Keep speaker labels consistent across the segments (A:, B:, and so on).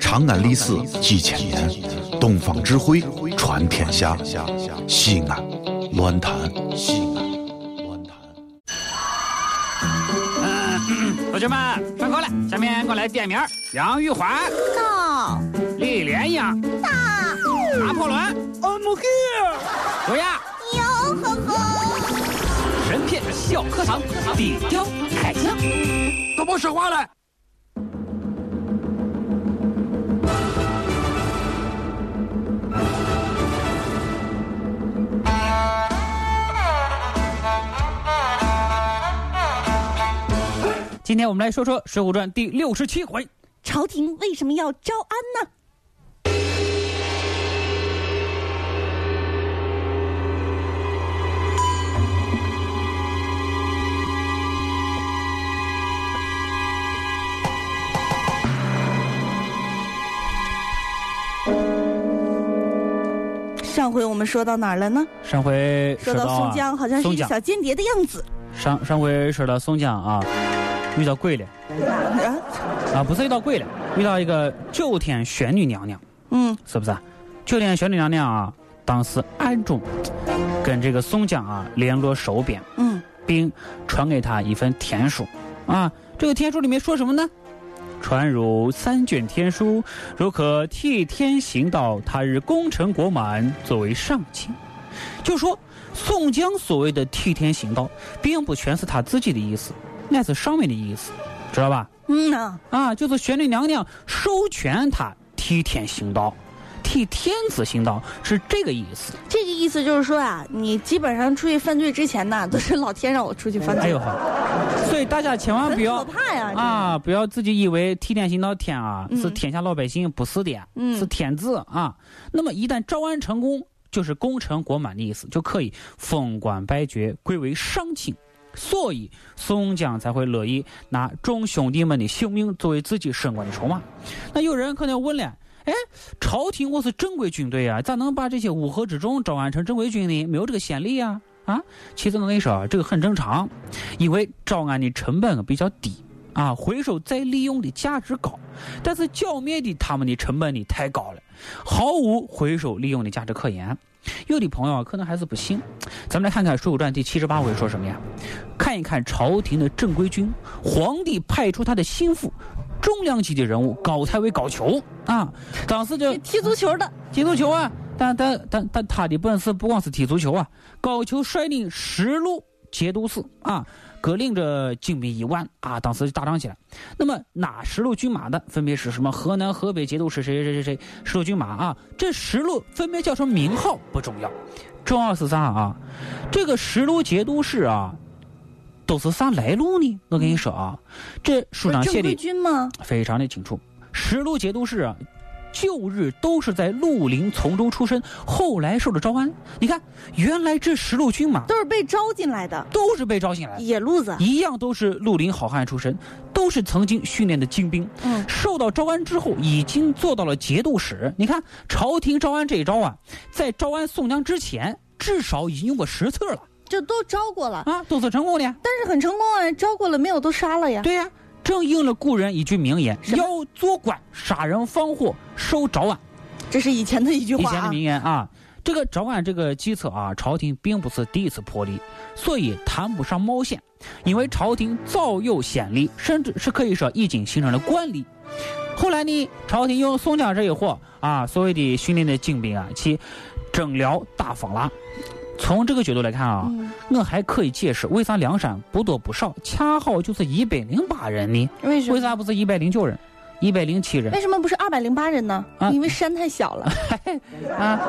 A: 长安历史几千年，东方智慧传天下。西安，乱谈西安，乱谈。
B: 嗯，同学们上课了，下面给我来点名：杨玉环、
C: 到
B: 李莲英、
C: 大
B: 拿破仑、I'm here、卓雅。
C: 牛呵呵，
B: 神片小课堂，底雕开箱。都别说话了。今天我们来说说《水浒传》第六十七回。
C: 朝廷为什么要招安呢？上回我们说到哪儿了呢？
B: 上回
C: 说到
B: 啊
C: 宋江好像是
B: 宋
C: 一个
B: 江
C: 小间谍的样子
B: 上上回说到宋江啊，遇到鬼了
C: 啊，
B: 啊，不是遇到鬼了，遇到一个九天玄女娘娘，
C: 嗯，
B: 是不是、啊？九天玄女娘娘啊，当时暗中跟这个宋江啊联络收编，
C: 嗯，
B: 并传给他一份天书啊。这个天书里面说什么呢？传汝三卷天书，如可替天行道，他日功成国满，作为上卿。就说宋江所谓的替天行道，并不全是他自己的意思，那是上面的意思，知道吧？
C: 嗯呐、
B: 啊，就是玄女娘娘授权他替天行道，替天子行道是这个意思。
C: 这个意思就是说啊，你基本上出去犯罪之前呐，都 是老天让我出去犯
B: 哎
C: 罪，
B: 呦呵，所以大家千万
C: 很
B: 不要
C: 可怕呀！
B: 啊，不要自己以为替天行道天啊，
C: 嗯
B: 是天下老百姓，不是的，
C: 嗯
B: 是天子啊。那么一旦招安成功，就是功成国满的意思，就可以封官拜爵，归为上卿。所以宋江才会乐意拿众兄弟们的性命作为自己升官的筹码。那有人可能问了。哎，朝廷我是正规军队啊，咋能把这些乌合之众招安成正规军呢？没有这个先例啊！啊，其实我跟你说啊，这个很正常，因为招安的成本比较低，啊，回收再利用的价值高，但是剿灭的他们的成本呢太高了，毫无回收利用的价值可言。有的朋友啊可能还是不信，咱们来看看《水浒传》第七十八回说什么呀？看一看朝廷的正规军，皇帝派出他的心腹，重量级的人物高太尉高俅啊，当时就
C: 这踢足球的，
B: 踢足球啊，但但但但他的本事不光是踢足球啊，高俅率领十路节度使啊，各领着精兵一万啊，当时就打仗起来。那么哪十路军马的分别是什么？河南、河北节度使谁谁谁谁十路军马啊？这十路分别叫什么名号不重要，重要是啥啊？这个十路节度使啊，都是啥来路呢？我跟你说啊，这书上
C: 不是
B: 写
C: 正
B: 的
C: 规军吗？
B: 非常的清楚。十路节度使啊，旧日都是在绿林丛中出身，后来受了招安。你看，原来这十路军马
C: 都是被招进来的
B: 都是被招进来的，
C: 野路子，
B: 一样都是绿林好汉出身，都是曾经训练的精兵。
C: 嗯，
B: 受到招安之后，已经做到了节度使。你看，朝廷招安这一招啊，在招安宋江之前，至少已经用过十次了
C: 就都招过了，
B: 啊，都是成功的呀。
C: 但是很成功啊，招过了没有都杀了呀。
B: 对呀、正应了故人一句名言：
C: 什么
B: 要做官，杀人放火，收招安。
C: 这是以前的一句
B: 以
C: 话
B: 前的
C: 啊。
B: 名言啊。这个招安这个计策啊，朝廷并不是第一次破例，所以谈不上冒险，因为朝廷早有先例，甚至是可以说已经形成了惯例。后来呢，朝廷用宋江这一伙啊，所谓的训练的精兵啊，去征辽打方腊。从这个角度来看啊，
C: 嗯，
B: 我还可以解释为啥梁山不多不少，恰好就是一百零八人呢？
C: 为什
B: 为
C: 么？
B: 啥不是一百零九人、一百零七人
C: 为什么不是二百零八人呢？
B: 啊
C: 因为山太小 了。
B: 啊，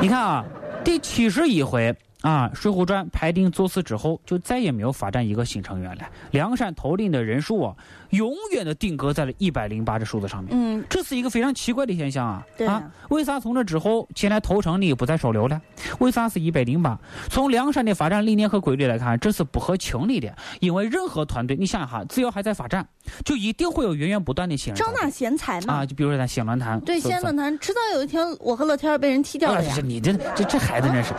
B: 你看啊，第七十一回啊，《水浒传》排定座次之后，就再也没有发展一个新成员了。梁山头领的人数啊，永远的定格在了一百零八这数字上面，
C: 嗯，
B: 这是一个非常奇怪的现象啊。
C: 对
B: 啊
C: 啊，
B: 为啥从这之后前来投诚的也不再收留了？为啥是一百零八？从梁山的发展理念和规律来看，这是不合情理的。啊因为任何团队，你想一下，只要还在发展，就一定会有源源不断的新人
C: 招
B: 加
C: 纳
B: 入
C: 贤才嘛。
B: 啊，就比如说咱西安论坛，
C: 对，
B: 是不
C: 西安
B: 是
C: 论坛，迟早有一天我和乐天儿被人踢掉
B: 啊，
C: 了
B: 这
C: 哎呀
B: 是。你这这这孩子真是，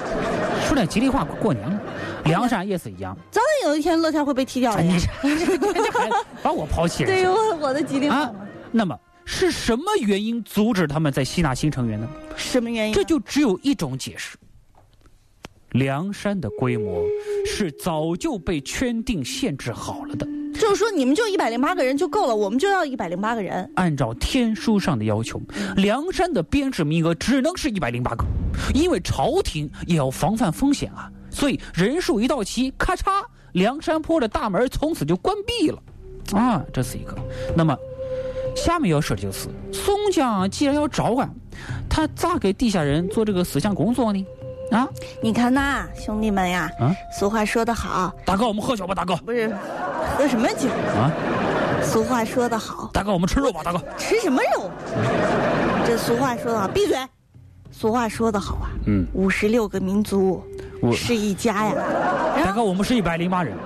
B: 说点吉利话，快过年了。梁山也是一样，
C: 早晚有一天乐天会被踢掉
B: 哎
C: 的呀
B: 你。这这这孩子把我抛弃 了。
C: 对于我我的吉利话
B: 啊
C: 嘛，
B: 那么《是什么原因阻止他们在吸纳新成员呢？
C: 什么原因？
B: 这就只有一种解释：梁山的规模是早就被圈定限制好了的，
C: 就是说你们就一百零八个人就够了，我们就要一百零八个人。
B: 按照天书上的要求，梁山的编制名额只能是一百零八个，因为朝廷也要防范风险啊，所以人数一到齐，咔嚓，梁山坡的大门从此就关闭了。啊，这是一个。那么，下面要说的就是，宋江啊既然要找俺，他咋给地下人做这个思想工作呢？啊，
C: 你看呐，兄弟们呀，
B: 啊
C: 俗话说得好，
B: 大哥，我们喝酒吧，大哥
C: 不是喝什么酒？
B: 啊，
C: 俗话说得好，
B: 大哥，我们吃肉吧，大哥。
C: 吃什么肉？这俗话说得好，闭嘴。俗话说得好啊，
B: 嗯，
C: 五十六个民族
B: 我
C: 是一家呀。
B: 大哥，我们是一百零八人。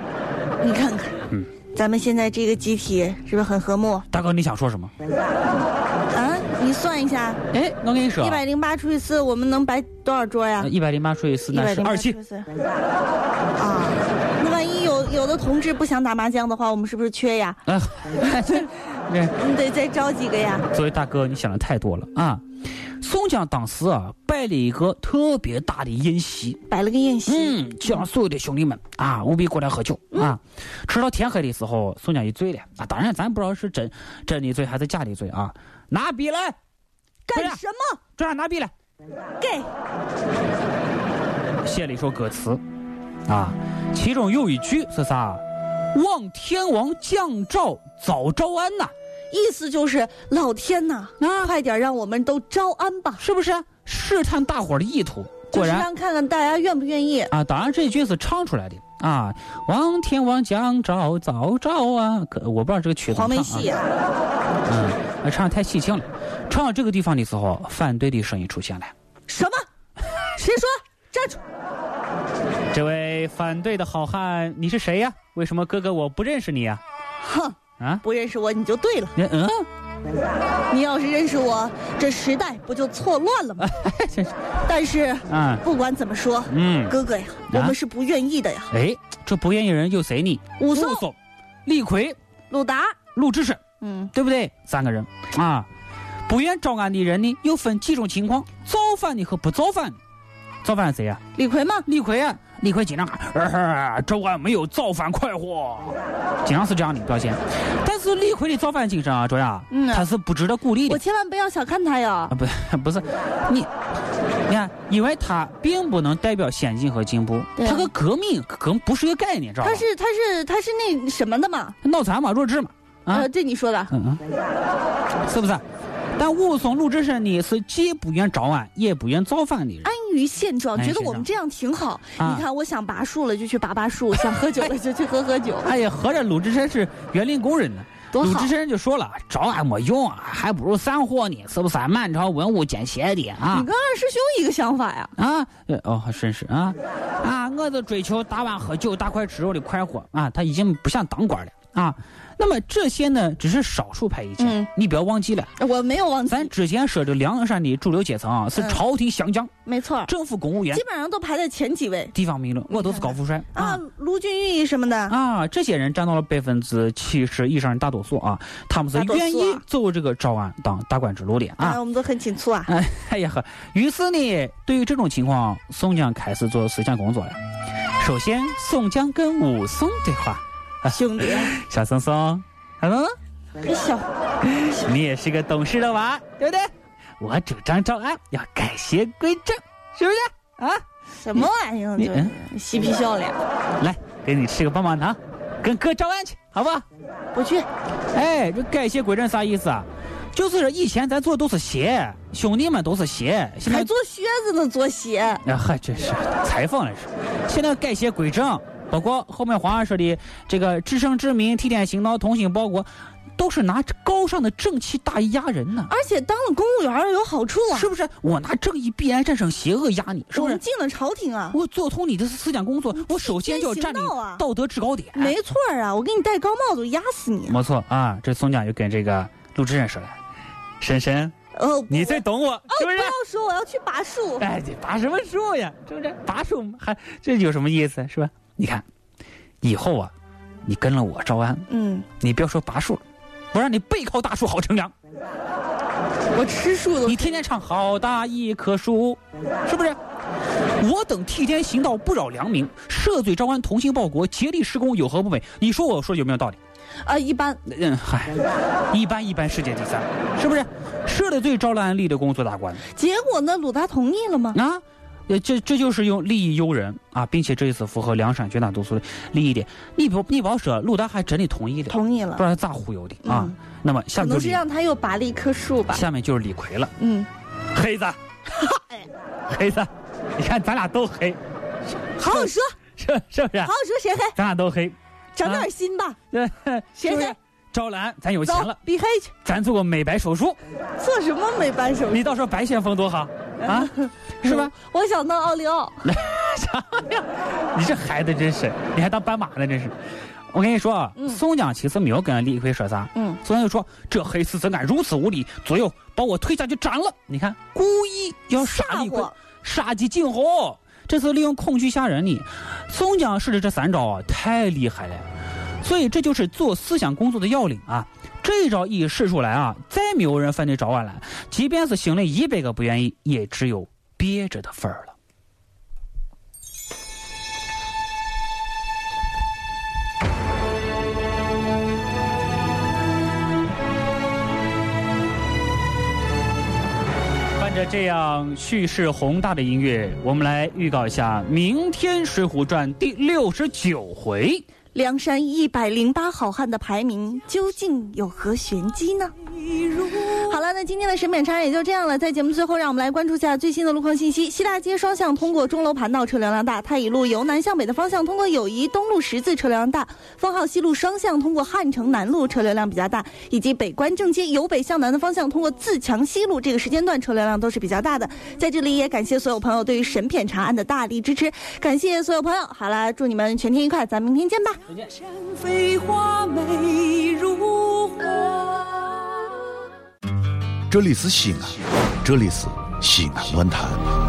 C: 你看看，
B: 嗯
C: 咱们现在这个集体是不是很和睦？
B: 大哥，你想说什么？
C: 啊，你算一下，
B: 哎，我跟你说
C: 一百零八除以四，我们能摆多少桌呀？
B: 一百零八除以四，
C: 一
B: 那
C: 百
B: 是
C: 零八
B: 二
C: 除
B: 七
C: 以。四。啊，那万一有有的同志不想打麻将的话，我们是不是缺呀？
B: 啊，这
C: 你得再招几个呀？
B: 作为大哥，你想的太多了啊！宋江当时啊，摆了一个特别大的宴席，
C: 摆了个宴席，
B: 嗯，叫所有的兄弟们啊，务必过来喝酒啊！吃到天黑的时候，宋江一醉了啊，当然咱不知道是真真的醉还是假的醉啊！拿笔来，
C: 干
B: 对呀
C: 什么？
B: 这样拿笔来，
C: 给
B: 写了一首歌词，啊，其中有一句是啥？望天王降诏早招安呐、
C: 意思就是老天呐，
B: 啊
C: 快点让我们都招安吧，
B: 是不是？试探大伙儿的意图。
C: 就
B: 果
C: 是
B: 然
C: 让看看大家愿不愿意。
B: 啊，当然这句是唱出来的啊。望天王降诏早招啊，可我不知道这个曲子
C: 黄梅
B: 唱
C: 戏
B: 啊，
C: 啊，
B: 嗯，啊唱得太戏精了。唱到这个地方的时候，反对的声音出现了。
C: 什么？谁说？站住！
B: 这位反对的好汉，你是谁呀、为什么哥哥我不认识你呀、
C: 哼，
B: 啊？
C: 不认识我你就对了。
B: 嗯嗯，
C: 你要是认识我，这时代不就错乱了吗？
B: 哎真是
C: 但是
B: 啊，
C: 不管怎么说，
B: 嗯。
C: 哥哥呀，我们是不愿意的呀。
B: 哎，这不愿意人有谁呢？
C: 武松、
B: 松、李逵、
C: 鲁达，
B: 鲁智深，
C: 嗯，
B: 对不对？三个人啊，不愿招安的人呢，又分几种情况：造反的和不造反的。造反是谁呀、
C: 李逵吗？
B: 李逵啊，李逵经常喊 呃，招安没有造反快活，经常是这样的表现。但是李逵的造反精神啊，周亚，
C: 嗯啊
B: 他是不值得鼓励的
C: 我。千万不要小看他呀
B: 啊，。不， 不是，你，你看，因为他并不能代表先进和进步，
C: 对啊
B: 他和革命可能不是一个概念，知道吧
C: 他？是他是他是那什么的嘛？
B: 脑残嘛，弱智嘛，啊，
C: 呃，对你说的，
B: 嗯嗯，是不是？但武松、鲁智深呢，是既不愿招安，也不愿造反的人。
C: 安于现状，
B: 安于现
C: 觉得
B: 状
C: 我们这样挺好。
B: 哎啊
C: 你看，我想拔树了就去拔拔树，想喝酒了就去喝喝酒，
B: 哎呀，合着鲁智深是园林工人呢。
C: 多
B: 鲁
C: 好
B: 智！深就说了，招安没用啊，还不如散伙呢，是不是？满朝文武兼协的啊
C: 你跟二师兄一个想法呀？
B: 啊！呃哦，还真是啊啊！我就追求大碗喝酒、大块吃肉的快活啊！他已经不想当官了啊。那么这些呢，只是少数派意见，
C: 嗯
B: 你不要忘记了。
C: 我没有忘记，
B: 咱之前说的梁山的主流阶层啊，是
C: 嗯
B: 朝廷降将、
C: 没错儿，
B: 政府公务员
C: 基、本上都排在前几位
B: 地方民论，我都是高富帅
C: 啊
B: 啊。，
C: 卢俊义什么的，
B: 啊，这些人占到了百分之七十以上的大多数啊，他们是
C: 大多
B: 愿
C: 数
B: 意
C: 啊
B: 走这个招安当大官之路的啊
C: 啊，。我们都很紧促啊。
B: 哎呀呵，于是呢，对于这种情况，宋江开始做思想工作了。首先，宋江跟武松对话
C: 兄弟，：“
B: 小松松，嗯，
C: 这小
B: 你也是个懂事的娃，对不对？我主张招安，要改邪归正，是不是？啊，
C: 什么玩意儿？
B: 你嗯
C: 这嬉皮笑脸，
B: 来，给你吃个棒棒糖，跟哥招安去，好不好？”
C: 不去。
B: 哎，这改邪归正啥意思啊？就是以前咱做都是邪，兄弟们都是邪，现在
C: 还做靴子呢，做鞋。
B: 啊，还真是裁缝来是。现在改邪归正，包括后面皇上说的这个至圣至民、替天行道、同心报国，都是拿高尚的正气打一压人呢、
C: 而且当了公务员儿有好处啊，
B: 是不是？我拿正义必然战胜邪恶压你，是
C: 我
B: 不
C: 们
B: 是？
C: 进了朝廷啊，
B: 我做通你的思想工作，我首先就要占领
C: 行道啊
B: 道德制高点。
C: 没错儿啊，我给你戴高帽子压死你。
B: 没错啊，这宋江就跟这个鲁智深说了：“深深，
C: 哦，不
B: 你最懂我，是不
C: 不
B: 是？”
C: 要说我要去拔 树，
B: 哎，这拔什么树呀？是不是？拔树还这有什么意思？是吧？你看，以后啊，你跟了我招安，
C: 嗯，
B: 你不要说拔树了，我让你背靠大树好乘凉。
C: 我吃树都
B: 你天天唱好大一棵树，是不是？我等替天行道，不扰良民，赦罪招安，同心报国，竭力施工，有何不美？你说我说有没有道理？
C: 啊，一般
B: 嗯，嗨，一般一般，世界第三，是不是？赦了罪，招了安，立了功，做大官
C: 结果呢？鲁达同意了吗？
B: 啊！呃，这这就是用利益诱人啊，并且这一次符合两陕绝大多数的利益点。你不你保舍，陆达还真的同意的，
C: 同意了
B: 不，然咋忽悠的啊？
C: 嗯
B: 那么下面
C: 可
B: 就
C: 能
B: 是
C: 是
B: 李
C: 让他又拔了一棵树吧。
B: 下面就是李逵了，
C: 嗯，
B: 黑 子，
C: 哎
B: 黑子，你看咱俩都黑，
C: 好好说，
B: 是是不是
C: 好？好说，谁黑？
B: 咱俩都黑，
C: 长点心吧，
B: 对，
C: 谁
B: 是不是
C: 黑？
B: 招揽，咱有
C: 走
B: 钱了，，
C: 比黑去。
B: 咱做个美白手术，
C: 做什么美白手术？嗯
B: 你到时候白先锋多好 啊，是吧？
C: 我想当奥利奥。
B: 你这孩子真是，你还当斑马呢，真是。我跟你说啊，
C: 嗯
B: 宋江其实没有跟李逵说啥，
C: 嗯，
B: 宋江就说这黑厮怎敢如此无礼，左右把我推下去斩了。你看，故意要杀
C: 吓
B: 李逵
C: 我，。
B: 杀鸡儆猴，这次利用恐惧吓人呢。宋江使的这三招啊，太厉害了，所以这就是做思想工作的要领啊。这一招一使出来啊，再没有人犯这招案了。即便是心里一百个不愿意，也只有憋着的份儿了。伴着这样叙事宏大的音乐，我们来预告一下明天《水浒传》第六十九回。
C: 梁山一百零八好汉的排名究竟有何玄机呢？好了，那今天的审美差也就这样了。在节目最后，让我们来关注一下最新的路况信息。西大街双向通过钟楼盘道车流量大，太乙路由南向北的方向通过友谊东路十字车流量大，封号西路双向通过汉城南路车流量比较大，以及北关正街由北向南的方向通过自强西路这个时间段车流量都是比较大的。在这里也感谢所有朋友对于审片查案的大力支持，感谢所有朋友。好啦，祝你们全天愉快，咱们明天见吧。
D: 山飞花美如画。
A: 这里是西安，这里是西安论坛。